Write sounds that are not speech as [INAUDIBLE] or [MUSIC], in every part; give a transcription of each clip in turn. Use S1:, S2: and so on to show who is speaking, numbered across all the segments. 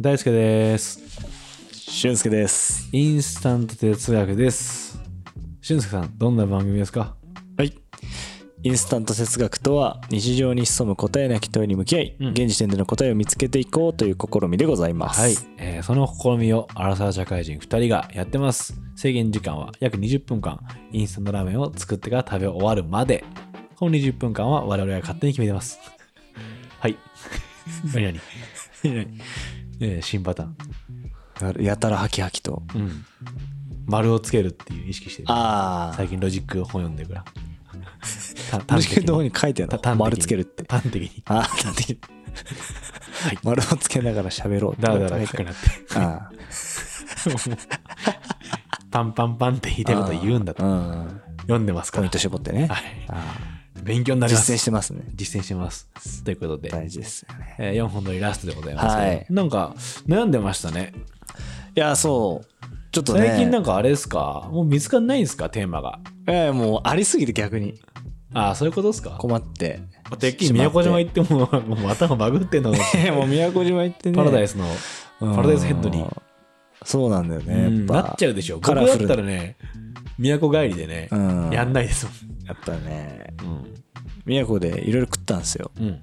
S1: 大輔です。
S2: 俊介です。
S1: インスタント哲学です。俊介さん、どんな番組ですか
S2: はい。インスタント哲学とは日常に潜む答えなき問いに向き合い、
S1: うん
S2: 現時点での答えを見つけていこうという試みでございます。
S1: はい、えーその試みをアラサー社会人2人がやってます制限時間は約20分間インスタントラーメンを作ってから食べ終わるまでこの20分間は我々が勝手に決めてます
S2: [LAUGHS]
S1: はい [LAUGHS] 何々、えー新パターン、
S2: なるやたらハキハキと。
S1: うん、丸をつけるっていう意識してる
S2: ああ
S1: 最。近ロジック本読んでる
S2: [LAUGHS]
S1: からた
S2: 確かにどこ
S1: に
S2: に書いてある
S1: た
S2: の丸つけるって。
S1: 端的に
S2: ああ、端的に。丸をつけながら喋ろうって
S1: だ
S2: 書い
S1: ら
S2: てあ
S1: だ
S2: る。
S1: ら書くなって
S2: [LAUGHS] ああ
S1: パンパンパンって言いたいこと言うんだと
S2: うん。
S1: 読んでますか
S2: ポイ
S1: ら
S2: ント絞ってね。
S1: はい
S2: あ
S1: 勉強にな
S2: あ
S1: ります
S2: 実践してますね。
S1: 実践します。ということで、
S2: 大事ですよね。
S1: え4本のイラストでございますけど、
S2: はい
S1: なんか悩んでましたね。
S2: いや、そう。ちょっとね。
S1: 最近なんかあれですかもう見つかんないんですかテーマが。
S2: ええもうありすぎて逆に
S1: ああ、そういうことですか
S2: 困って。
S1: てっきり宮古島行ってももう頭バグっ
S2: [LAUGHS]
S1: てんのかな
S2: って。もう宮古島行ってね。
S1: パラダイ
S2: ス。
S1: スの、パラダイスヘッドに、
S2: そうなんだよね。
S1: う
S2: やっ
S1: ん
S2: ぱ
S1: なっちゃうでしょ。
S2: カ
S1: 僕
S2: ラ
S1: だっ
S2: フル
S1: たらね、宮古帰りでね、
S2: うん。
S1: やんないですも
S2: やっぱね、
S1: ん。
S2: 宮古でいろいろ食ったんですよ。
S1: うん。うん。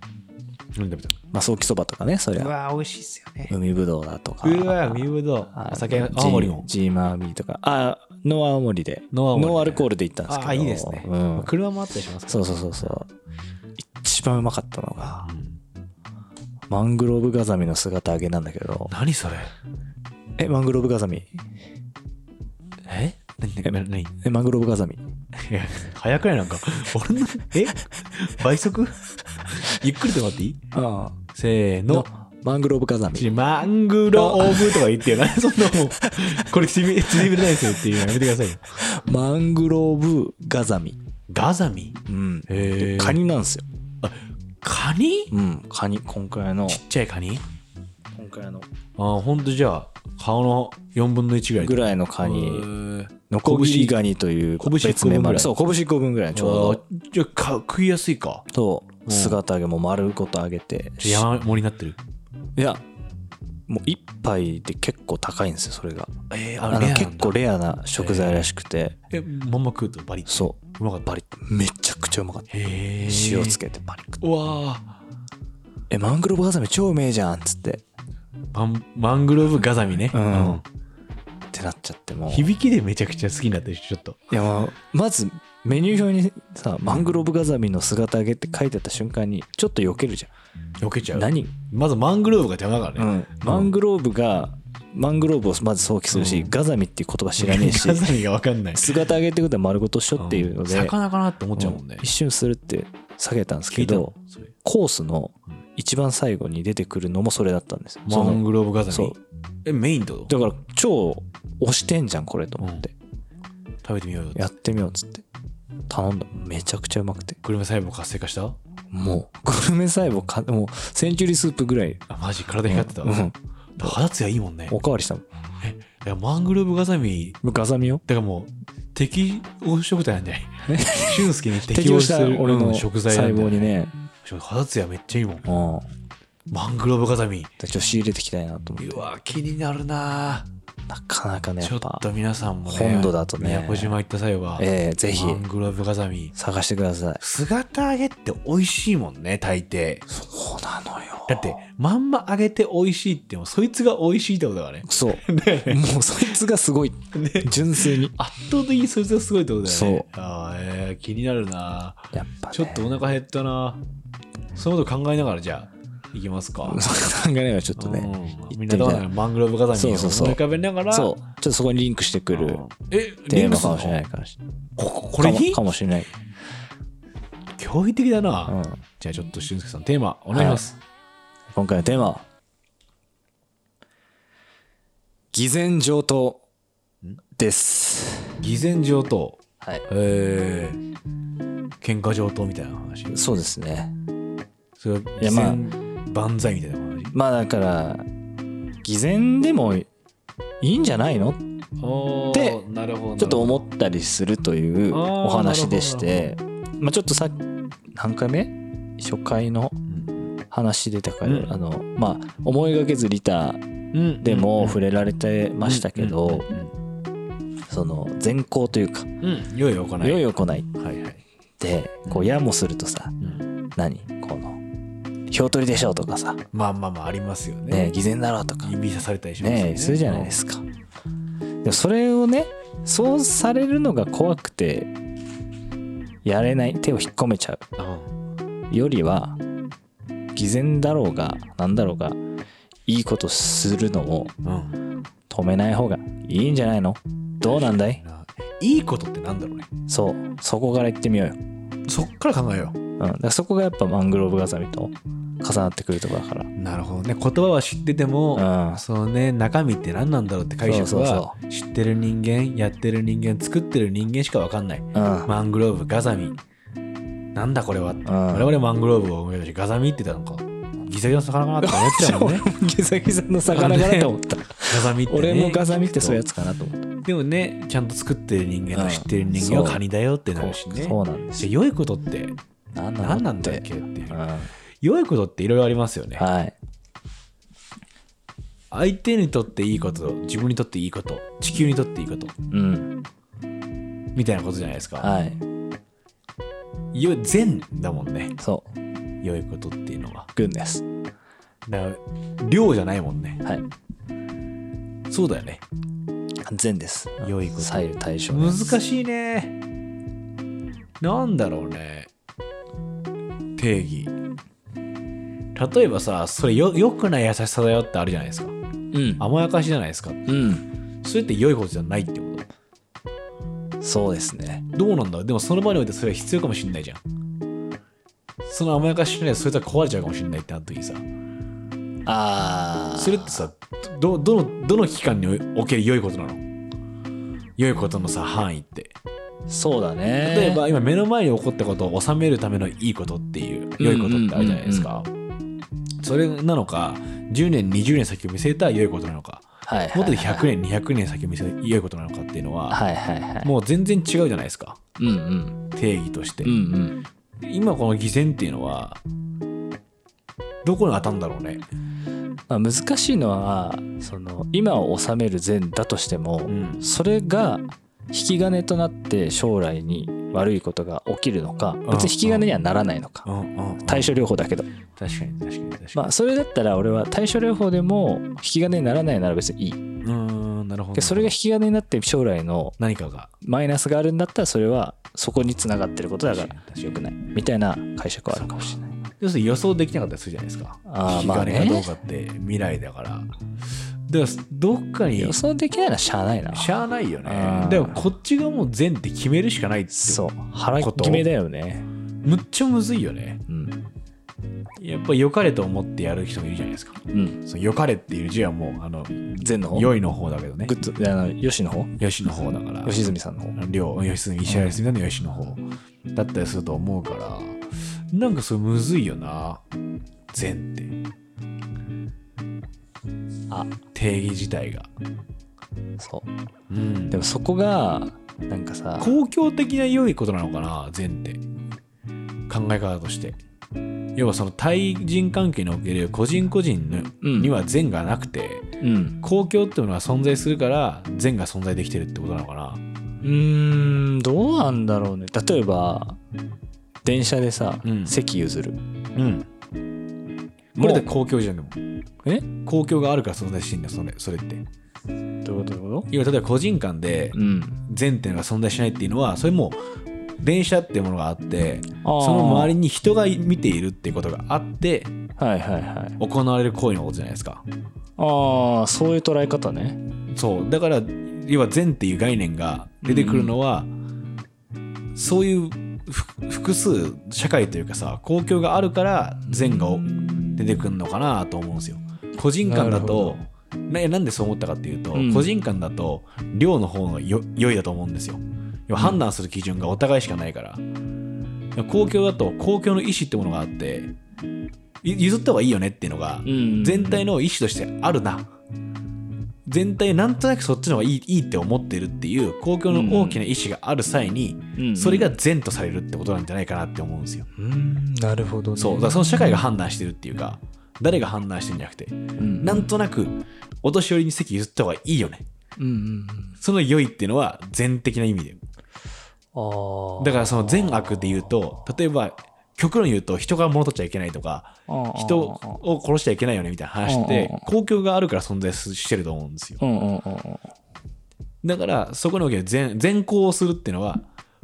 S1: 飲んでみた。
S2: まあ、ソーキそばとかね、そりゃ。
S1: わー、美味しいっすよね。
S2: 海ぶどうだとか。
S1: うわー、海ぶどう。
S2: あ
S1: お酒、
S2: ジ
S1: 青森も。
S2: ジーマーミーとか。あ、ノア青森で。
S1: ノア青森で
S2: アルコールで行ったんですけど。
S1: ああ、いいですね。
S2: うん。
S1: 車もあったりしますか
S2: そうそうそうそう。一番うまかったのが
S1: ら、うん
S2: マングローブガザミの姿揚げなんだけど。
S1: 何それ
S2: え、マングローブガザミ
S1: え何何何
S2: え、マングローブガザミ
S1: いや早くないなんか。俺の、え倍速ゆっくりと待っていい
S2: ああ。
S1: せーの
S2: の。、マングローブガザミ。
S1: ちマングローブとか言ってよ。なんでそんなもう、これちび、ちびれないですよっていうのやめてくださいよ。
S2: マングローブガザミ。
S1: ガザミ
S2: うん。
S1: へー
S2: カニなんですよ。
S1: カニ
S2: うん。カニ、こんくらいの、
S1: ちっちゃいカニ
S2: こんくらいの、
S1: ああ、ほんとじゃあ、顔の4分の1ぐらい。
S2: ぐ
S1: い。
S2: らいのカニ。のこ
S1: 拳
S2: ぶしガニとい
S1: 拳
S2: う
S1: 一個
S2: 別
S1: 分
S2: 名
S1: ぐ
S2: も
S1: らい
S2: ある。そう、拳1個分ぐらいのち
S1: ち
S2: ょう
S1: ょう
S2: ど。
S1: ど。じゃあか、食いやすいか。
S2: と、
S1: ん
S2: 姿揚げも丸ごと揚げて。
S1: ちょっと山盛りになってる。
S2: いや、もう一杯で結構高いんですよ、それが。
S1: えー、
S2: あ
S1: あれ
S2: の結構。レアな食材らしくて、
S1: え、まんま食うとバリッ。
S2: そう
S1: まかった。
S2: う、バリッ、めちゃくちゃうまかった。
S1: へー
S2: 塩つけてバリッ。
S1: うわあ
S2: え、マングローブガザミ超うめえじゃんっつって、
S1: マンマングローブガザミね、
S2: うんってなっちゃってもう。
S1: 響きでめちゃくちゃ好きになってるちょっと
S2: いやまあまずメニュー表にさマングローブガザミの姿揚げって書いてあった瞬間にちょっと避けるじ
S1: 避けち
S2: ゃ
S1: ゃ
S2: ん
S1: う
S2: 何、
S1: まずマングローブが邪魔だからね、
S2: マングローブがマングローブをまず想起するし、
S1: うん
S2: ガザミっていう言葉知らねえし
S1: ガザミが分かんない
S2: 姿揚げってことは丸ごとしょっていうので、
S1: ん魚かなって思っちゃうもんね、
S2: 一瞬するって下げたんです
S1: 聞
S2: け
S1: いた
S2: ど
S1: のそれ
S2: コースの一番最後に出てくるのもそれだったんですよそ
S1: マン
S2: の
S1: グローブガザ
S2: そ
S1: ミ
S2: う
S1: えメインってこと
S2: だから超押してんじゃんこれと思って、
S1: 食べてみようよ
S2: やってみようっつって頼んだめちゃくちゃうまくて
S1: グルメ細胞活性化した
S2: もうグルメ細胞かもうセンチュリースープぐらい
S1: あマジ体光ってた、
S2: うんうん
S1: 肌ツヤいいもんね
S2: おかわりしたも
S1: いやマングローブガザミ
S2: んガザミを
S1: だからもう適応食材なんじゃない俊介に適
S2: 適
S1: 応
S2: 応
S1: し
S2: してた
S1: る
S2: 俺
S1: う
S2: の
S1: ん
S2: 細
S1: 食材なんじゃ
S2: 胞
S1: ない
S2: にね
S1: 肌ツヤめっちゃいいもん
S2: うん
S1: マングローブガザミ
S2: でちょっと仕入れていきたいなと思っ
S1: う
S2: て
S1: わ気になるな
S2: なかなかね
S1: ちょ
S2: やっ
S1: っ
S2: ぱ
S1: と皆さんもね
S2: 本土だとね
S1: 宮古島行った際は、
S2: ええぜひ
S1: マングローブガザミ
S2: 探してください
S1: 姿揚げって美味しいもんね大抵
S2: そうなのよ
S1: だってまんま揚げて美味しいってもそいつが美味しいってことだからね
S2: そうもうそいつがすごい純粋に
S1: 圧倒的にそいつがすごいってことだよね
S2: そう
S1: あーえー気になるな
S2: やっぱね
S1: ちょっとお腹減ったなそのこと考えながらじゃあ行きますか
S2: そう考えながらちょっとね
S1: うん
S2: 行
S1: み
S2: っ
S1: んな
S2: てみ
S1: どう
S2: た
S1: ないのマングローブガザミを
S2: そうそ
S1: 思
S2: うそ
S1: いう浮かべながら
S2: そうちょっとそこにリンクしてくる
S1: えリ
S2: テー
S1: ンク
S2: マ
S1: す
S2: か
S1: んの
S2: もしれないからし
S1: ここれに
S2: かもしれない
S1: 驚異的だな、
S2: うん
S1: じゃあちょっと俊介さんテーマお願いします、
S2: 今回のテーマは偽善上等です
S1: 偽善上等
S2: はい
S1: えー、喧嘩上等みたいな話
S2: そうですね
S1: それは偽
S2: いやまあ
S1: 善万歳みたいな話
S2: まあだから偽善でもいいんじゃないの
S1: お
S2: で
S1: ーなるほど
S2: ちょっと思ったりするという
S1: あー
S2: お話でしてまあちょっとさ何回目初回の
S1: うん
S2: 話出たから、
S1: うん
S2: あのまあ思いがけずリタ
S1: うん
S2: でも
S1: 触
S2: 触
S1: れ
S2: れられてましたけど、その善行というか
S1: うん、うん良い行い。
S2: 良い行いっ
S1: はいはい。
S2: てこうやもするとさ
S1: うん
S2: 何この「票取りでしょ」とかさ
S1: まあまあまあありますよ
S2: 「
S1: ね。
S2: ね偽善だろ」とか
S1: 指さされたりしますよ
S2: ねするじゃないですか。でもそれをねそうされるのが怖くてやれない手を引っ込めちゃ
S1: うんうん
S2: うよりは偽善だろうが何だろうがいいことするのを
S1: うん。
S2: 止めない方がいいんじゃないのどうなんだい
S1: いいことってなんだろうね。
S2: そうそこから行ってみようよ、
S1: そっから考えよう。
S2: うん、だからそこがやっぱマングローブガザミと重なってくるところだか
S1: なるほどね。言葉は知ってても、
S2: らうん
S1: そのね中身って何なんだろうって解釈
S2: そう
S1: は
S2: そ
S1: 知ってる人間やってる人間作ってる人間しか分かんない
S2: うん、
S1: マングローブガザミなんだこれはって
S2: うん
S1: 我々マングローブを思い出してガザミって言ったのかギザギザの魚かなって思っち
S2: [LAUGHS]
S1: ゃうもんね
S2: ギザギザの魚かなと思った、
S1: ガザミって、ね、
S2: 俺もガザミってそういうやつかなと思った
S1: でもねちゃんと作ってる人間
S2: うん
S1: と知ってる人間は
S2: そう
S1: カニだよってなるしね
S2: そうなんです
S1: で良いことって
S2: 何
S1: 何なんだっけっていう良いことっていろいろありますよね
S2: はい。
S1: 相手にとっていいこと自分にとっていいこと地球にとっていいこと
S2: うん。
S1: みたいなことじゃないですか、
S2: はい。
S1: よ善だもんね
S2: そう。
S1: 良いことっていうのは
S2: グンです。
S1: だから量じゃないもんね
S2: はい。
S1: そうだよね
S2: 善です。
S1: 良いこと
S2: 左右対称で
S1: 難
S2: す。
S1: しいねなんだろうね定義例えばさそれよ良くない優しさだよってあるじゃないですか
S2: うん。
S1: 甘やかしじゃないですか
S2: うん。
S1: それって良いことじゃないってこ
S2: そうですね。
S1: とどうなんだろうでもその場においてそれは必要かもしんないじゃんその甘やかししないでそれとは壊れちゃうかもしんないってなった時さ
S2: ああ。
S1: それってさどどのどの期間における良いことなの良いことのさ範囲って
S2: そうだね。
S1: 例えば今目の前に起こったことを収めるためのいいことっていう良いことってあるじゃないですかそれなのか10年20年先を見据えた良いことなのか
S2: はいはいはい、
S1: もっとで100年200年先を見据えた良いことなのかっていうのは
S2: はいはいはい。
S1: もう全然違うじゃないですか
S2: うんうん。
S1: 定義として
S2: うんうん。
S1: 今この偽善っていうのはどこに当たるんだろうね
S2: まあ、難しいのは、その、今を治める善だとしても、
S1: うん
S2: それが、引き金となって将来に悪いことが起きるのか別に引き金にはならないの
S1: う
S2: か
S1: んうんうん
S2: 対処療法だけど
S1: 確かに確かに確かに
S2: まあそれだったら俺は対処療法でも引き金にならないなら別にいい。
S1: うーんなるほど
S2: でそれが引き金になって将来の
S1: 何かが
S2: マイナスがあるんだったらそれはそこに繋がってることだか
S1: 確からに確かに
S2: 良くないみたいな解釈はあるかもしれない。
S1: 要するに予想できなかったりするじゃないですか。
S2: あー
S1: 引き
S2: まあ
S1: 金
S2: ね
S1: がどうかって未来だから。だからどっかに
S2: 予想できないのはしゃあないな。
S1: しゃあないよ
S2: あ
S1: ね。
S2: ー
S1: でもこっちがもう善って決めるしかないって。
S2: そう腹
S1: こと
S2: 決めだよね。
S1: むっちゃむずいよね。
S2: うん
S1: やっぱ良かれと思ってやる人もいるじゃないですか。
S2: うん。
S1: その良かれっていう字はもうあの
S2: 善の方
S1: 良いの方だけどね
S2: グ。ッドあの吉の方
S1: よしの方だから。
S2: 吉住さんの方。
S1: 良良純石原良純の良しの方だったりすると思うからなんかそれむずいよな善って
S2: あ
S1: 定義自体が。
S2: そう。
S1: うん
S2: でもそこがなんかさ
S1: 公共的な良いことなのかな善って考え方として要はその対人関係における個人個人の
S2: うん
S1: には善がなくて、
S2: うん
S1: 公共っていうのは存在するから善が存在できてるってことなのかな
S2: うーんどうなんだろうね例えば電車でさ、
S1: うん
S2: 席譲る
S1: うんこれで公共じゃんでも
S2: え
S1: 公共があるから存在してんだそれそれって
S2: どういうことどういうこ
S1: 要は例えば個人間で
S2: とうん
S1: 善っていうのが存在しないっていうのはそれも電車っていうものがあって
S2: あー
S1: その周りに人が見ているっていうことがあって
S2: はいはいはい
S1: 行われる行為のことじゃないですか
S2: ああそういう捉え方ね
S1: そうだから要は善っていう概念が出てくるのは、そういうふ複数社会というかさ公共があるから善がお出てくるのかなと思うんですよ個人間
S2: な
S1: だ
S2: るほ
S1: とななんでそう思ったかっていうと、
S2: うん
S1: 個人間だと量の方がよ良いだと思うんですよ要は判断する基準がお互いしかないから、公共だと公共の意思ってものがあってゆ譲った方がいいよねっていうのが
S2: うん
S1: 全体の意思としてあるな全体なんとなくそっちの方がいいいいって思ってるっていう公共の大きな意思がある際に、
S2: うん
S1: それが善とされるってことなんじゃないかなって思うんですよ、
S2: うんなるほどね
S1: そうだからその社会が判断してるっていうか誰が判断してんじゃなくて
S2: うん
S1: なんとなくお年寄りに席譲った方がいいよね
S2: うんうん
S1: その良いっていうのは善的な意味で
S2: ああ
S1: だからその善悪で言うと例えば極論言うと人が物取っちゃいけないとか人を殺しちゃいけないよねみたいな話っ
S2: うんうん
S1: て
S2: うん
S1: 公共があるから存在してると思うんですよ
S2: うんうんうんうん
S1: だからそこにおける善善行をするっていうのは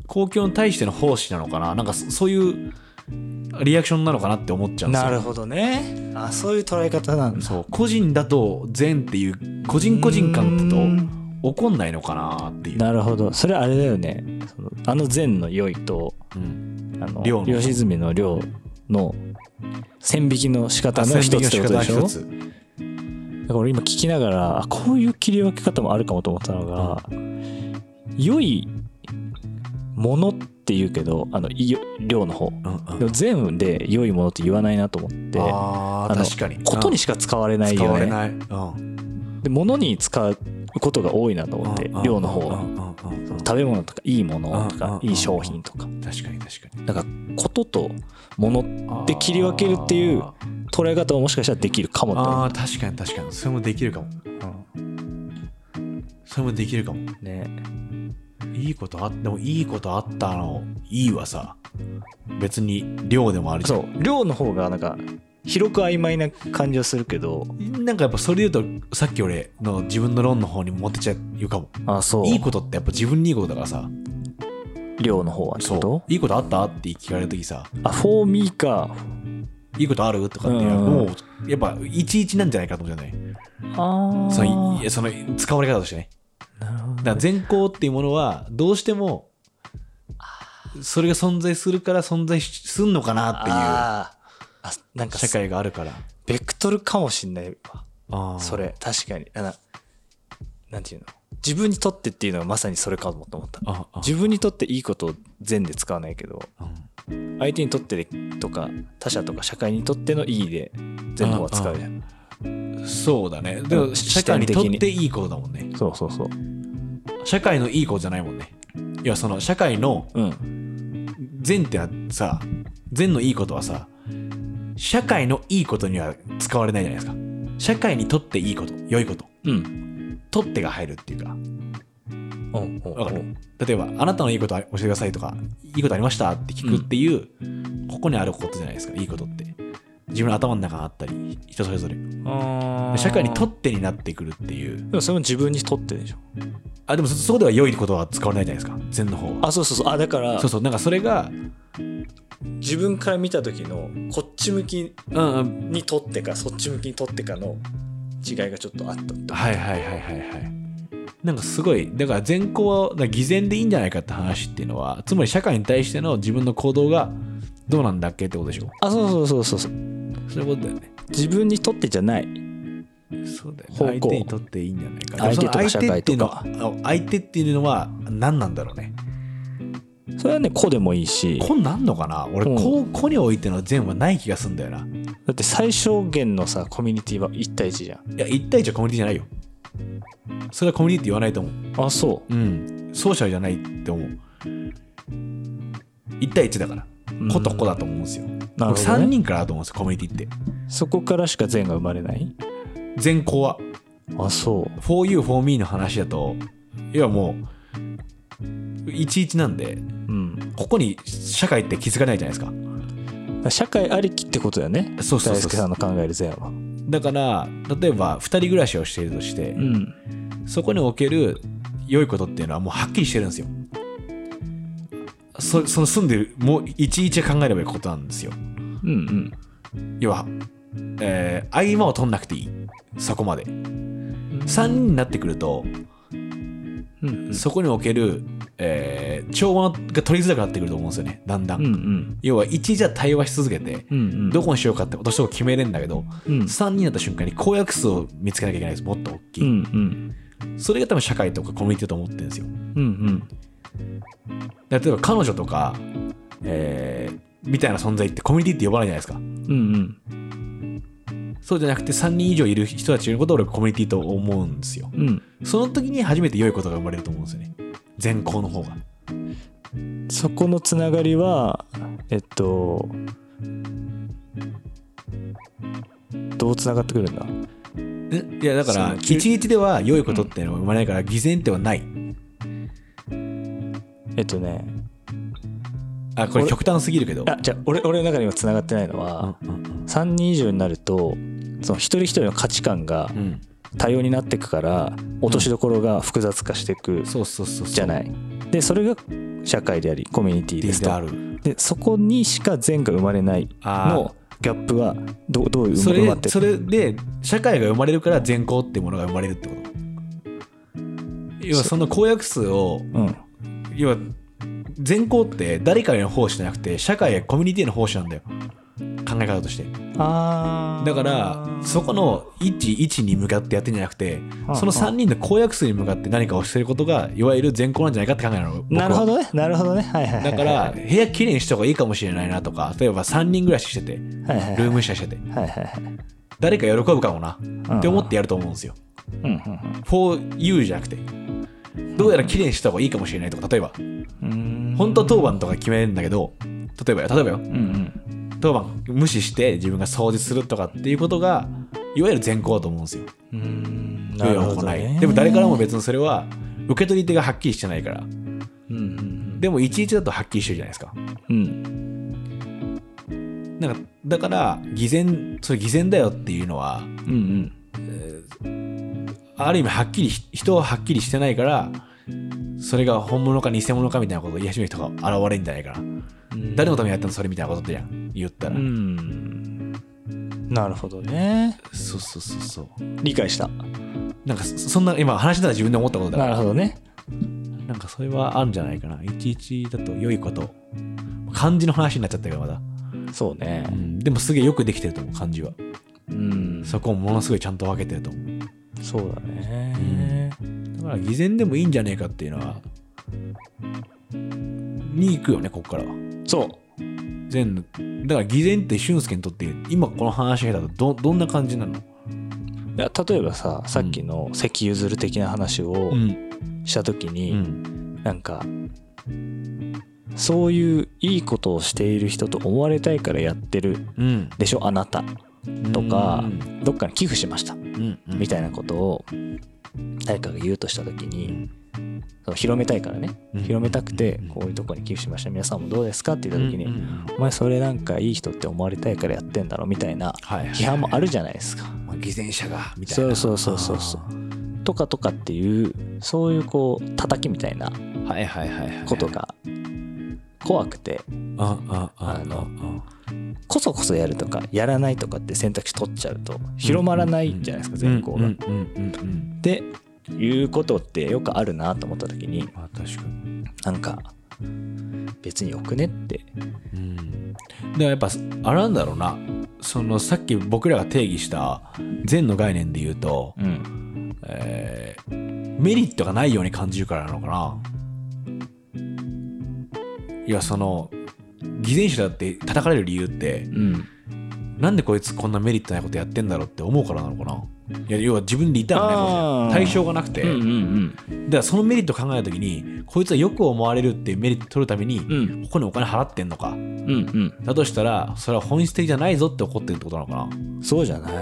S1: 公共に対しての奉仕なのかななんかそそういうリアクションなのかなって思っちゃうんですよ
S2: なるほどねあそういう捉え方なんだ
S1: そう個人だと善っていう個人個人感だ
S2: う
S1: と
S2: ん
S1: 怒んないのかなっていう、
S2: なるほどそれあれだよねそのあの善の良いと
S1: うん、
S2: あの
S1: 良の
S2: 良純の良の線引きの仕方の一つってことでしょ
S1: 線
S2: だ
S1: 引きの仕方の一
S2: か
S1: つ
S2: ら俺今聞きながらあこういう切り分け方もあるかもと思ったのが、良いものって言うけどあのい良の方
S1: うんう
S2: で
S1: ん
S2: も善で良いものって言わないなと思って
S1: あー
S2: あの
S1: 確かに
S2: ことに
S1: し
S2: しか使われない
S1: 使
S2: よ
S1: われ
S2: ね
S1: ない、うん、
S2: で物に使うことが多いなと思って
S1: うん
S2: 量の
S1: う
S2: 方
S1: んう
S2: が
S1: んうんうん
S2: 食べ物とかいいものと
S1: うんうん
S2: か
S1: うん
S2: いい商品とか
S1: 確かに確かに
S2: なんかことと物で切り分けるっていう
S1: あ
S2: 捉え方ももしかしたらできるかも
S1: ー
S2: と思
S1: あー確かに確かにそれもできるかも、うんそれもできるかも
S2: うね
S1: いいことあってもいいことあったのいいはさ別に量でもあるじゃん
S2: そう量の方がなんか広く曖昧な感じはするけど
S1: なんかやっぱそれで言うとさっき俺の自分の論の方に持ってっちゃうかも
S2: あそう
S1: いいことってやっぱ自分にいいことだからさ
S2: 量の方はってこ
S1: そ
S2: と
S1: ういいことあったって聞かれる時さ
S2: あフォーミーか
S1: いいことあるとかっていう
S2: うん
S1: もうやっぱいちいちなんじゃないかと思うじゃない
S2: あ
S1: そのい
S2: あ
S1: いその使われ方としてね
S2: なる
S1: だ
S2: ほど
S1: から善行っていうものはどうしてもそれが存在するから存在しすんのかなっ
S2: あーあなん
S1: てい
S2: か
S1: う社会があるから
S2: ベクトルかもしんないわ
S1: あー
S2: それ確かにあななんていうの自分にとってっていうのはまさにそれかもと思った
S1: ああ
S2: 自分にとっていいことを善で使わないけど
S1: うん
S2: 相手にとってでとか他者とか社会にとってのいいで全部は使うじゃん
S1: そうだねでも社
S2: 視
S1: 会
S2: 点
S1: に
S2: 的
S1: と
S2: に
S1: っていいことだもんね
S2: そうそうそう
S1: 社会のいい子じゃないもんねいやその社会の
S2: うん
S1: 善ってのはさ善のいいことはさ社会のいいことには使われないじゃないですか社会にとっていいこと良いこと
S2: うん
S1: とってが入るっていうか
S2: うん
S1: わかる例えばあなたのいいことあ教えてくださいとかいいことありましたって聞くっていう、ここにあることじゃないですかいいことって自分の頭の中にあったり人それぞれ
S2: あー
S1: 社会にとってになってくるっていう
S2: でもそれも自分にとってでしょ
S1: あでもそそこでは良いことは使われないじゃないですか善の方は
S2: あそうそうそうあだから
S1: そうそうなんかそれが
S2: 自分から見た時のこっち向き
S1: うんうん
S2: にとってかそっち向きにとってかの違いがちょっとあったと
S1: はいはいはいはいはいなんかすごいだから善行はだから偽善でいいんじゃないかって話っていうのはつまり社会に対しての自分の行動がどうなんだっけってことでしょ
S2: あそうそうそうそう
S1: そういうことだよね
S2: 自分にとってじゃない
S1: そうだよね相
S2: 方向
S1: 手にとっていいんじゃないか
S2: 相手とか社会とか
S1: でもその相手っていうのはあの相手っていうのは何なんだろうね
S2: それはね子でもいいし
S1: こんなんのかな俺
S2: うん
S1: こうこにおいての善はない気がすんだよな
S2: だって最小限のさコミュニティは1対1じゃん
S1: いや一対一はコミュニティじゃないよそれはコミュニティ言わないと思う
S2: あそ
S1: うんソーシャルじゃないって思う一対一だから
S2: う
S1: 子と子だと思うんですよ
S2: なる
S1: 僕
S2: ほど、ね、
S1: 3人からだと思うんですよコミュニティって
S2: そこからしか善が生まれない
S1: 全校は
S2: あそう
S1: For you for me の話だと要はもう11なんで
S2: うんだか
S1: ここに社会って気づかないじゃないですから
S2: 社会ありきってことだよね
S1: そうそう
S2: 大
S1: そう
S2: 輔
S1: そ
S2: さん
S1: う
S2: の考える善はうん
S1: だから例えば2人暮らしをしているとして、そこにおける良いことっていうのはもうはっきりしてるんですよそその住んでるもう11考えればいいことなんですよ
S2: うんうん
S1: 要は、えー合間を取んなくていいそこまで3人になってくると
S2: うんうん
S1: そこにおける、えー調和が取りづらくなってくると思うんですよね、だんだん。
S2: うんうん
S1: 要は、1じゃ対話し続けて、
S2: うんうん
S1: どこにしようかって私とこ決めれるんだけど、
S2: うん
S1: 3人になった瞬間に公約数を見つけなきゃいけないです、もっと大き
S2: うんう
S1: い。
S2: ん
S1: それが多分社会とかコミュニティだと思ってるんですよ。
S2: うんうん
S1: 例えば、彼女とか、えーみたいな存在ってコミュニティって呼ばないじゃないですか。
S2: うんうん
S1: そうじゃなくて、3人以上いる人たちのことを俺コミュニティと思うんですよ。
S2: うん
S1: その時に初めて良いことが生まれると思うんですよね。善行の方が。
S2: そこのつながりはえっとどうつながってくるんだ
S1: いやだから
S2: その
S1: 一日では良いことっていうのは生まれないから偽善ではない
S2: えっとね
S1: あこれ
S2: 俺
S1: 極端すぎるけど
S2: あじゃあ俺俺の中で今つながってないのは、
S1: うんうん
S2: 3人以上になるとその一人一人の価値観が
S1: うん
S2: 多様になっていくから落としどころが複雑化していく
S1: そうそうそうそう
S2: じゃないいでそれが社会でありコミュニティです
S1: であ
S2: と
S1: る
S2: でそこにしか善が生まれない
S1: あー
S2: のギャップがどうどういう
S1: そ
S2: 埋まっ
S1: れ
S2: て
S1: そ
S2: る
S1: れで社会が生まれるから善行ってものが生まれるってこと要はその公約数を
S2: うん
S1: 要は善行って誰かへの奉仕じゃなくて社会やコミュニティへの奉仕なんだよ考え方として
S2: あー
S1: だからそこの11に向かってやってんじゃなくてその3人の公約数に向かって何かをしてることがいわゆる善行なんじゃないかって考えなの僕は
S2: なるほどねなるほどねはいはいはい
S1: だから部屋きれいにした方がいいかもしれないなとか例えば3人暮らししててル
S2: はいはい
S1: ームシェアしてて
S2: はいはいはい
S1: 誰か喜ぶかもな
S2: うん
S1: って思ってやると思うんですよ
S2: うん
S1: for you じゃなくてどうやら綺麗にした方がいいかもしれないとか例えば
S2: うんうん
S1: 本当は当番とか決めるんだけど例えばよ例えばよ
S2: うんうん
S1: 当番無視して自分が掃除するとかっていうことがいわゆる善行だと思うんですよ
S2: うんなるほど
S1: 良い行
S2: ね
S1: いでも誰からも別にそれは受け取り手がはっきりしてないから
S2: うんうん
S1: でもいちいちだとはっきりしてるじゃないですか
S2: うん
S1: なんかだから偽善それ偽善だよっていうのは
S2: うんうん
S1: ある意味はっきりひ人ははっきりしてないからそれが本物か偽物かみたいなことを言い始める人が現れるんじゃないかな
S2: うん
S1: 誰のためにやったのそれみたいなことじゃん言ったら、
S2: うんなるほどね
S1: そうそうそうそう
S2: 理解した
S1: なんかそそんな今話しながら自分で思ったことだか
S2: なるほどね
S1: らなんかそれはあるんじゃないかないちいちだと良いこと漢字の話になっちゃったけどまだ、
S2: そうね
S1: うん、でもすげえよくできてると思う漢字は
S2: うん
S1: そこをものすごいちゃんと分けてると思う
S2: そうだね
S1: だから偽善でもいいんじゃねえかっていうのはに行くよねここからは
S2: そう
S1: 善だから偽善って俊介にとって今この話だとどどんな感じなの
S2: いや例えばささっきの関譲る的な話を
S1: ん
S2: した時
S1: う
S2: に、
S1: ん
S2: なんかそういういいことをしている人と思われたいからやってる
S1: うん
S2: でしょあなたとか
S1: うん
S2: どっかに寄付しました
S1: うんうん
S2: みたいなことを誰かが言うとした時にその広めたいからね
S1: うん
S2: 広めたくて
S1: うん
S2: こういうとこに寄付しました皆さんもどうですかって言った時に、
S1: うんうんうん
S2: お前それなんかいい人って思われたいからやってんだろみたいな
S1: はい
S2: 批判もあるじゃないですか。
S1: まあ、偽善者がみたい
S2: そ
S1: な
S2: うそうそうそうそうとかとかっていうそういうこう叩きみたいな
S1: あーはいはいはいはい
S2: ことが怖くて
S1: ああああ
S2: あの
S1: の
S2: こそこそやるとかやらないとかって選択肢取っちゃうと広まらないんじゃないですか全校が。
S1: うんうんうんうん
S2: でいうことってよくあるなと思った時に
S1: まあ確かに
S2: なんか別によくねって
S1: うんでもやっぱあれなんだろうなそのさっき僕らが定義した善の概念で言うと、
S2: うん
S1: えーメリットがないように感じるからなのかないやその偽善者だって叩かれる理由って
S2: うん
S1: なんでこいつこんなメリットないことやってんだろうって思うからなのかないや要は自分でリターンがないことじゃ
S2: あ
S1: ん
S2: ー
S1: 対象がなくて、
S2: うんうん
S1: だからそのメリットを考えた時にこいつはよく思われるっていうメリットを取るために、
S2: うんうん
S1: ここにお金払ってんのか
S2: うん
S1: だとしたらそれは本質的じゃないぞって怒ってるってことなのかな
S2: うんそうじゃない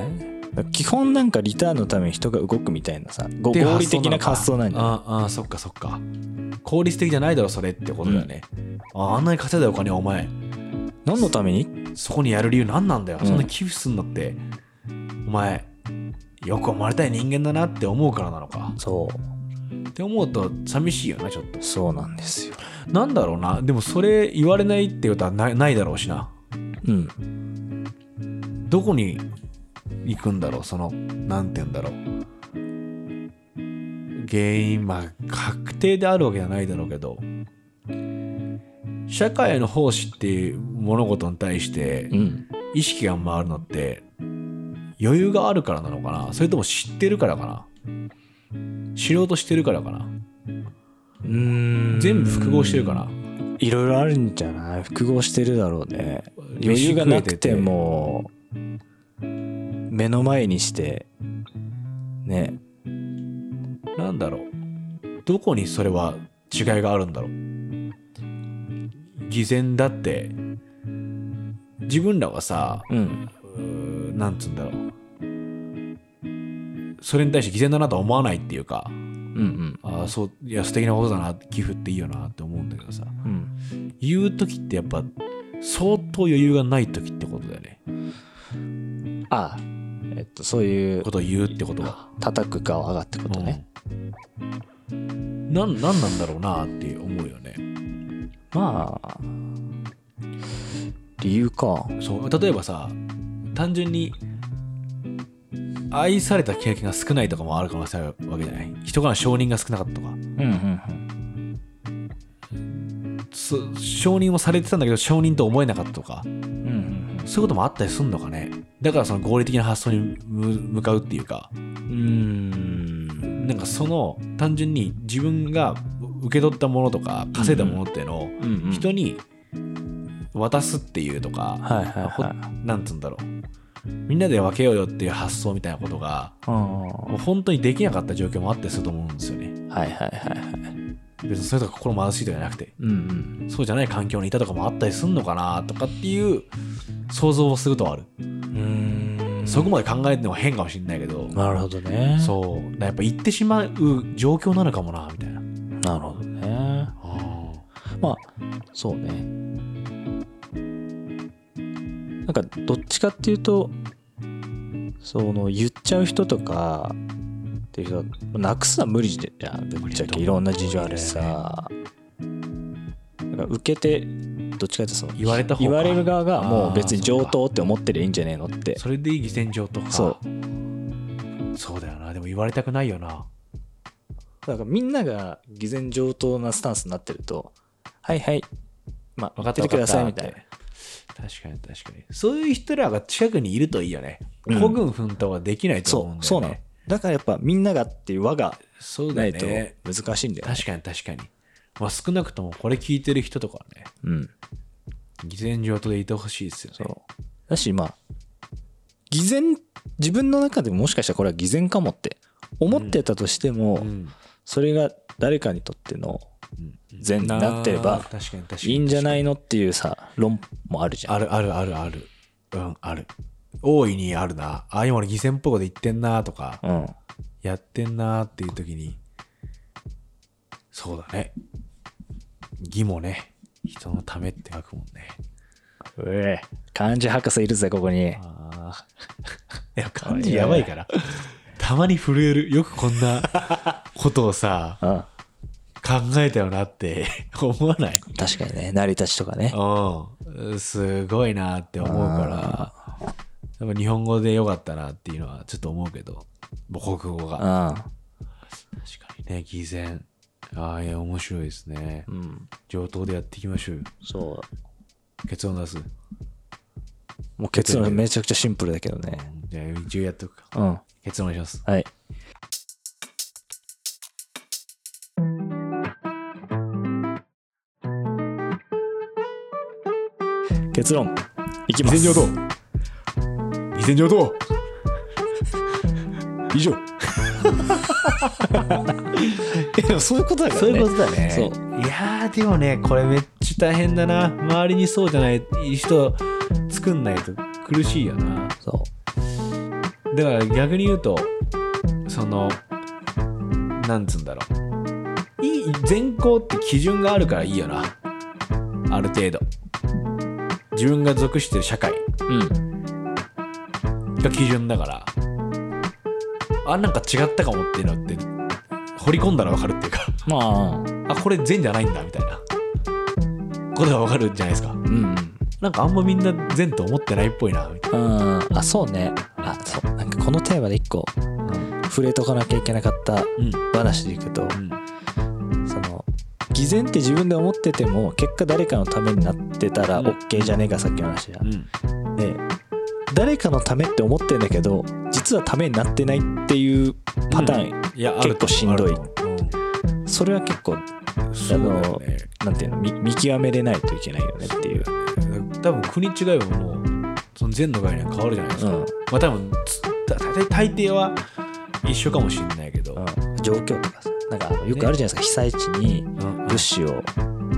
S2: 基本なんかリターンのために人が動くみたいなさご
S1: っていう
S2: 合理的な
S1: のか
S2: 発想なんじゃない
S1: ああああそっかそっか効率的じゃないだろそれってことだよね、ああんなに稼いだお金お前
S2: 何のために
S1: そこにやる理由何なんだよ、
S2: うん
S1: そんな寄付すんだってお前よく思われたい人間だなって思うからなのか
S2: そう
S1: って思うと寂しいよねちょっと
S2: そうなんですよ。
S1: なんだろうなでもそれ言われないってことはないないだろうしな
S2: うん。
S1: どこに行くんだろうそのなんて言うんだろう原因まあ確定であるわけじゃないだろうけど社会の奉仕っていう物事に対して
S2: うん。
S1: 意識が回るのって余裕があるからなのかなそれとも知ってるからかな知ろうとしてるからかな
S2: うん
S1: 全部複合してるか。ない
S2: ろいろあるんじゃない複合してるだろうね。余裕がなくても、目の前にして、ね。
S1: なんだろうどこにそれは違いがあるんだろう偽善だって自分らはさ
S2: うん。
S1: うーなんつうんだろうそれに対して偽善だなとは思わないっていうか
S2: うん
S1: ああそういや素敵なことだな寄付っていいよなって思うんだけどさ
S2: うんうん
S1: 言う時ってやっぱ相当余裕がない時ってことだよね
S2: あえっとそういう
S1: ことを言うってことは。
S2: 叩く側がってことね、
S1: うんなんなんなんだろうなって思うよね
S2: まあ理由か
S1: そう例えばさ単純に愛された経験が少ないとかもある可能性あるわけじゃない人からの承認が少なかったとか
S2: うんうん
S1: そ承認をされてたんだけど承認と思えなかったとか
S2: うんうんうん
S1: そういうこともあったりすんのかねだからその合理的な発想にむ向かうっていうかうんなんかその単純に自分が受け取ったものとか稼いだものっていうのを
S2: うんうん
S1: 人に渡すっていうとか、
S2: はいはい
S1: ほ
S2: はい
S1: なんつうんだろうみんなで分けようよっていう発想みたいなことが
S2: うん
S1: もう本当にできなかった状況もあったりすると思うんですよね
S2: はいはいはいはい
S1: 別にそれとか心貧しいとかじゃなくて
S2: うんうん
S1: そうじゃない環境にいたとかもあったりすんのかなとかっていう想像をするとある、
S2: うん
S1: そこまで考えても変かもしれないけど、
S2: なるほどね
S1: そうだやっぱ行ってしまう状況なのかもなみたいな
S2: なるほどねまあそうねなんかどっちかっていうとその言っちゃう人とかっていう人はなくすのは無理じゃんぶっちゃ
S1: 無理だと
S2: け
S1: 思う
S2: いろんな事情あるしさなんか受けてどっちかっていうとその
S1: 言われた方
S2: 言
S1: が
S2: われる側がもう別に
S1: あーそ
S2: 上
S1: っか
S2: 等って思ってりゃいいんじゃねえのって
S1: それでいい偽善状とか
S2: そう
S1: そうだよなでも言われたくないよな
S2: だからみんなが偽善上等なスタンスになってるとはいはいまあ
S1: 分かって
S2: や
S1: て
S2: って
S1: くだ
S2: くだ
S1: さ
S2: さ
S1: い
S2: い
S1: み
S2: み
S1: た
S2: た
S1: い
S2: い
S1: な
S2: な
S1: 確かに確かにそういう人らが近くにいるといいよね
S2: うん
S1: 孤軍奮闘はできないと思う
S2: そ
S1: んだよね
S2: うそうなのだからやっぱみんながっていう輪が
S1: そうだ
S2: ない
S1: よ
S2: と
S1: ね
S2: 難しいんだよね。
S1: 確かに確かにまあ少なくともこれ聞いてる人とかはね
S2: うん。
S1: 偽善状とでいてほしいですよ
S2: そ
S1: ね
S2: う。だし、まあ、偽善、自分の中でももしかしたらこれは偽善かもって思ってたとしても、
S1: ん
S2: それが誰かにとっての
S1: うん
S2: 善になってれば
S1: 確かに確かに
S2: いいんじゃないいのっていうさ、論もあるじゃん。
S1: あるあるあるあるうんある大いにあるなあ今俺偽善っぽいこと言ってんなとか
S2: うん。
S1: やってんなっていう時にそうだね義もね人のためって書くもんね
S2: うえ、漢字博士いるぜ、ここに。
S1: ああ。いや、漢字やばいから。たまに震える。よくこんなことをさ、
S2: うん。
S1: 考えたよなって [LAUGHS] 思わない
S2: 確かにね、成り立ちとかね。
S1: うん。すごいなって思うから、やっぱ日本語でよかったなっていうのはちょっと思うけど、母国語
S2: う
S1: が。
S2: ん。
S1: 確かにね、偽善。ああ、いや、面白いですね。
S2: うん。
S1: 上等でやっていきましょうよ。
S2: そ
S1: 結論出す。
S2: う。もう結論めちゃくちゃシンプルだけどね。
S1: じゃあ、一応やっとくか。
S2: うん。は
S1: 結論お願いします。
S2: い。結論いきます
S1: 偽善上等偽善上等以上
S2: そういうことだ
S1: そういうことだね
S2: そ
S1: い
S2: う
S1: やーでもねこれめっちゃ大変だな周りにそうじゃない人作んないと苦しいよな
S2: そ
S1: だから逆に言うとそのなんつうんだろういい善行って基準があるからいいよなある程度自分が属してる社会
S2: ううん
S1: が基準だからあなんか違ったかもっていうのって掘り込んだら分かるっていうか
S2: まあ
S1: あこれ善じゃないんだみたいなことが分かるじゃないですか
S2: うん
S1: なんかあんまみんな善と思ってないっぽいなみたい
S2: うんあそうねあそうなんかこのテーマで一個
S1: なうん
S2: 触れとかなきゃいけなかった
S1: うん
S2: 話でいくとその偽善って自分で思ってても結果誰かのためになってたら
S1: うん
S2: OK じゃねえかさっきの話じゃん
S1: う、ん
S2: で誰かのためって思ってんだけど実はためになってないっていうパターン、
S1: いや
S2: 結構しんどい
S1: あると思
S2: それは結構
S1: ううんそうだよね
S2: なんていうの見見極めれないといけないよねっていう、
S1: 多分国違いはもうその善の概念変わるじゃないです
S2: う
S1: か、
S2: んうん、
S1: まあ多分つた大大抵は一緒かもしれないけど、
S2: 状況とかさなんかあのよくあるじゃないですか、被災地に
S1: うん
S2: 物資を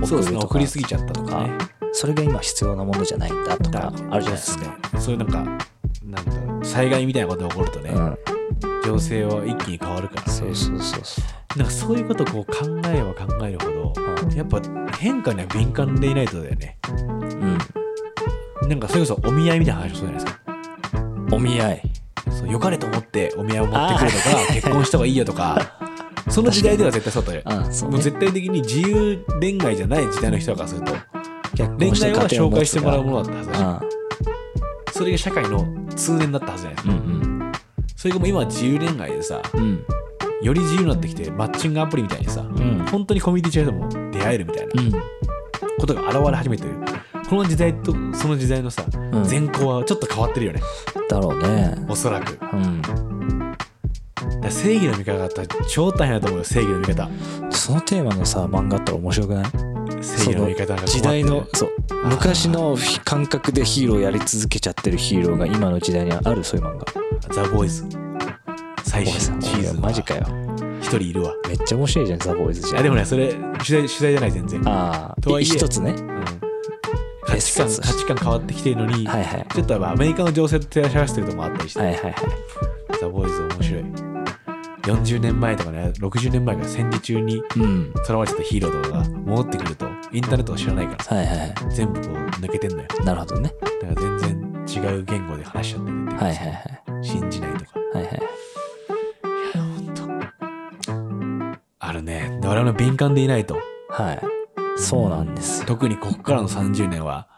S1: そうで
S2: 送る
S1: すね
S2: と
S1: 送
S2: か
S1: りすぎちゃったとかね
S2: それが今必要なものじゃないんだと
S1: だ
S2: かあるじゃないですか、
S1: そうねそういうなんかなんだろう災害みたいなことが起こるとね、
S2: うん
S1: 情勢は一気に変わるから、ね、
S2: そうそうそうそう
S1: なんかそういうことをこう考えれば考えるほど
S2: う
S1: やっぱ変化には敏感でいないとだよね
S2: ん
S1: なんかそれこそお見合いみたいな話もそうじゃないですか
S2: お見合い
S1: そう良かれと思ってお見合いを持ってくるとか結婚した方がいいよと
S2: [LAUGHS]
S1: かその時代では絶対そうだよ
S2: あそう
S1: も
S2: ね
S1: う絶対的に自由恋愛じゃない時代の人からすると恋
S2: 婚して
S1: 愛は
S2: 家庭
S1: 紹
S2: を持つ
S1: 介してもらうものだったはずだし
S2: あ
S1: それが社会の通念だったはずじゃないですか
S2: うんうん
S1: それがもう今は自由恋愛でさ
S2: うん
S1: より自由になってきてマッチングアプリみたいにさ
S2: うん
S1: 本当にコミュニティ中でも出会えるみたいな
S2: うん
S1: ことが現れ始めてるこの時代とその時代のさ
S2: ん
S1: 前後はちょっと変わってるよね
S2: だろうね
S1: おそらくだか
S2: うん
S1: ら正義の味方だったら超大変だと思うよ正義の味方
S2: そのテーマのさ漫画あったら面白くない
S1: 正義の味方が困ってる
S2: 時代のそう
S1: ー
S2: 昔の感覚でヒーローやり続けちゃってるヒーローが今の時代にあるそういう漫画
S1: ザ・ボーイズ最
S2: お前さ
S1: 新シーズンは
S2: マジかよ
S1: 一人いるわ
S2: めっちゃ面白いじゃんザ・ボーイズ
S1: い
S2: じゃん
S1: やでもねそれ取材取材じゃない全然、うん、
S2: あ
S1: と
S2: あ
S1: はいえ
S2: 一つね
S1: 価値観
S2: 別々
S1: 価値観変わってきてるのに、
S2: はいはい
S1: ちょっとやっぱアメリカの情勢と照らし合わせてるとこもあったりして、
S2: はいはいはい
S1: ザ・ボーイズ面白い40年前とかね60年前から戦時中に
S2: うん
S1: 囚われてたヒーローとかが戻ってくるとインターネットを知らないからさ
S2: はいはいは
S1: 全部こう抜けてんのよ
S2: いなるほどね
S1: だから全然違う言語で話しちゃってるっていうか
S2: はいはいはい
S1: 信じないとか
S2: はいはい
S1: あるね我々の敏感でいないと
S2: はいそうなんです
S1: 特にここからの30年は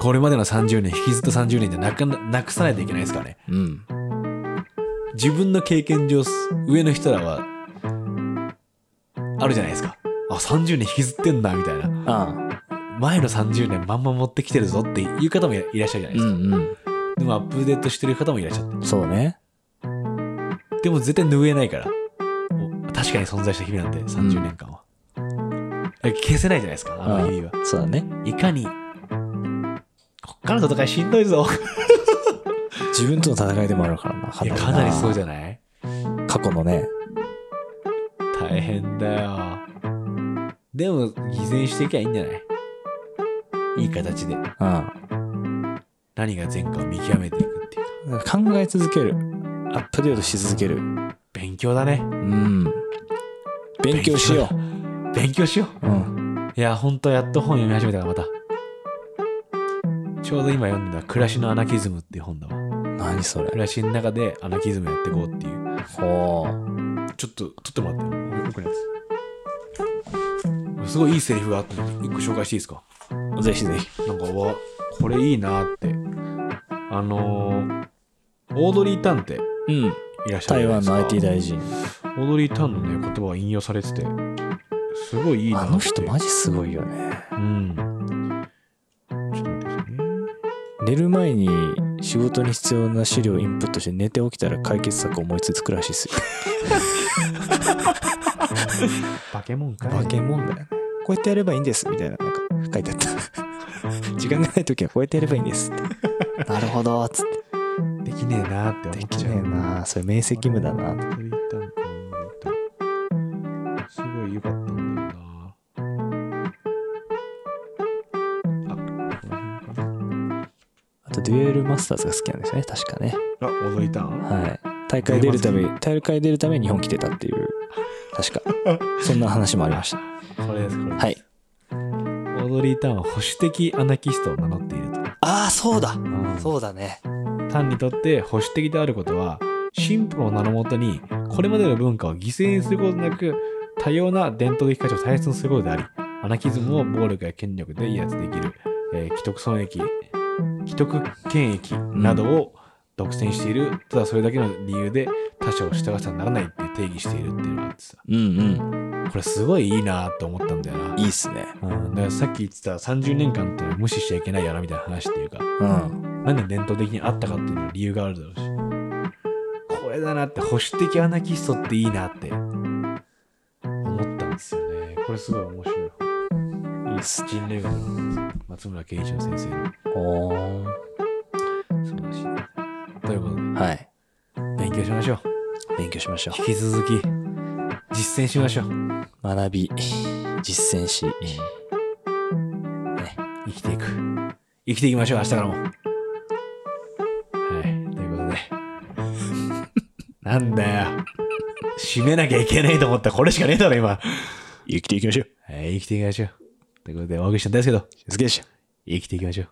S1: これまでの30年引きずった30年じゃなくななくさないといけないですからね
S2: うん
S1: 自分の経験上上の人らはあるじゃないですかあ30年引きずってんだみたいな
S2: あ
S1: 前の30年まんま持ってきてるぞっていう方もいらっしゃるじゃな
S2: あ
S1: いうですか、
S2: んうん
S1: でもアップデートしてる方もいらっしゃって
S2: そうね
S1: でも絶対拭えないからお確かに存在した日々なんて30年間は、え消せないじゃないですかあの日々は
S2: そうだね
S1: いかにこっからの戦いしんどいぞ
S2: 自分との戦いでもあるからない
S1: やかなりそうじゃない
S2: 過去のね
S1: 大変だよでも偽善していきゃいいんじゃないいい形で
S2: うん
S1: 何が善かを見極めていくっていうか
S2: 考え続けるアップデートし続ける
S1: 勉強だね
S2: うん勉強しよ
S1: 勉強しよ
S2: う、うん、
S1: ういやほんとやっと本読み始めたからまたちょうど今読んだ「暮らしのアナキズム」っていう本だわ
S2: 何それ
S1: 暮らしの中でアナキズムやっていこうっていう
S2: ほう
S1: ちょっと撮ってもらってよよくないですすごいいいセリフがあったので一個紹介していいですか
S2: ぜひぜひ
S1: なんかうわこれいいなってあのーオードリー・タンって
S2: うん
S1: いらっしゃる
S2: 台
S1: じゃないですか
S2: 湾の IT 大臣
S1: オードリー・タンのね言葉が引用されててすごいいいな
S2: あ
S1: って
S2: の人マジすごいよね
S1: うんちょっと待ってくださいね
S2: 寝る前に仕事に必要な資料をインプットして寝て起きたら解決策を思いつくらしいっすよ
S1: バケモンかい
S2: 化け物だよねこうやってやればいいんですみたいななんか書いてあった [LAUGHS] 時間がない時はこうやってやればいいんですってなるほどつって
S1: できねえなって
S2: で
S1: 思っ
S2: き
S1: ちゃう
S2: ねえなそれ明晰夢だな
S1: オードリー・タンかオードリータンすごい良かったんだよなあこの辺かな
S2: あとデュエルマスターズが好きなんですよね確かね
S1: あオードリー・タン
S2: はい大会出るため大会出るために日本来てたっていう確かそんな話もありました
S1: これですこれです
S2: はい
S1: オードリー・タンは保守的アナキストを名乗っていると
S2: ああそうだ
S1: そう
S2: だね
S1: タンにとって保守的であることは進歩の名のもとにこれまでの文化を犠牲にすることなく多様な伝統的価値を大切にすることでありアナキズムを暴力や権力で威圧できる、えー既得損益既得権益などを独占している、ただそれだけの理由で他者を従わせてはならないっていう定義しているっていうのがあってさ
S2: うんうん
S1: これすごいいいなと思ったんだよない
S2: いっすね
S1: うん、だからさっき言ってた30年間っていうのは無視しちゃいけないやなみたいな話っていうか
S2: うん
S1: なんで伝統的にあったかっていうのは理由があるだろうしこれだなって保守的アナキストっていいなって思ったんですよねこれすごい面白い
S2: いいっす
S1: 人類学の松村健一郎先生の
S2: おー
S1: 素晴らしいということで
S2: はい
S1: 勉強しましょう
S2: 勉強しましょう
S1: 引き続き実践しましょう
S2: 学び実践し
S1: 生きていく生きていきましょう明日からもはいということで [LAUGHS] なんだよ。締めなきゃいけないと思ったらこれしかねえだろ、今。
S2: 生きていきましょう。
S1: はい、生きていきましょう。ということで、お送りしたんですけど、
S2: 好きでした。
S1: 生きていきましょう。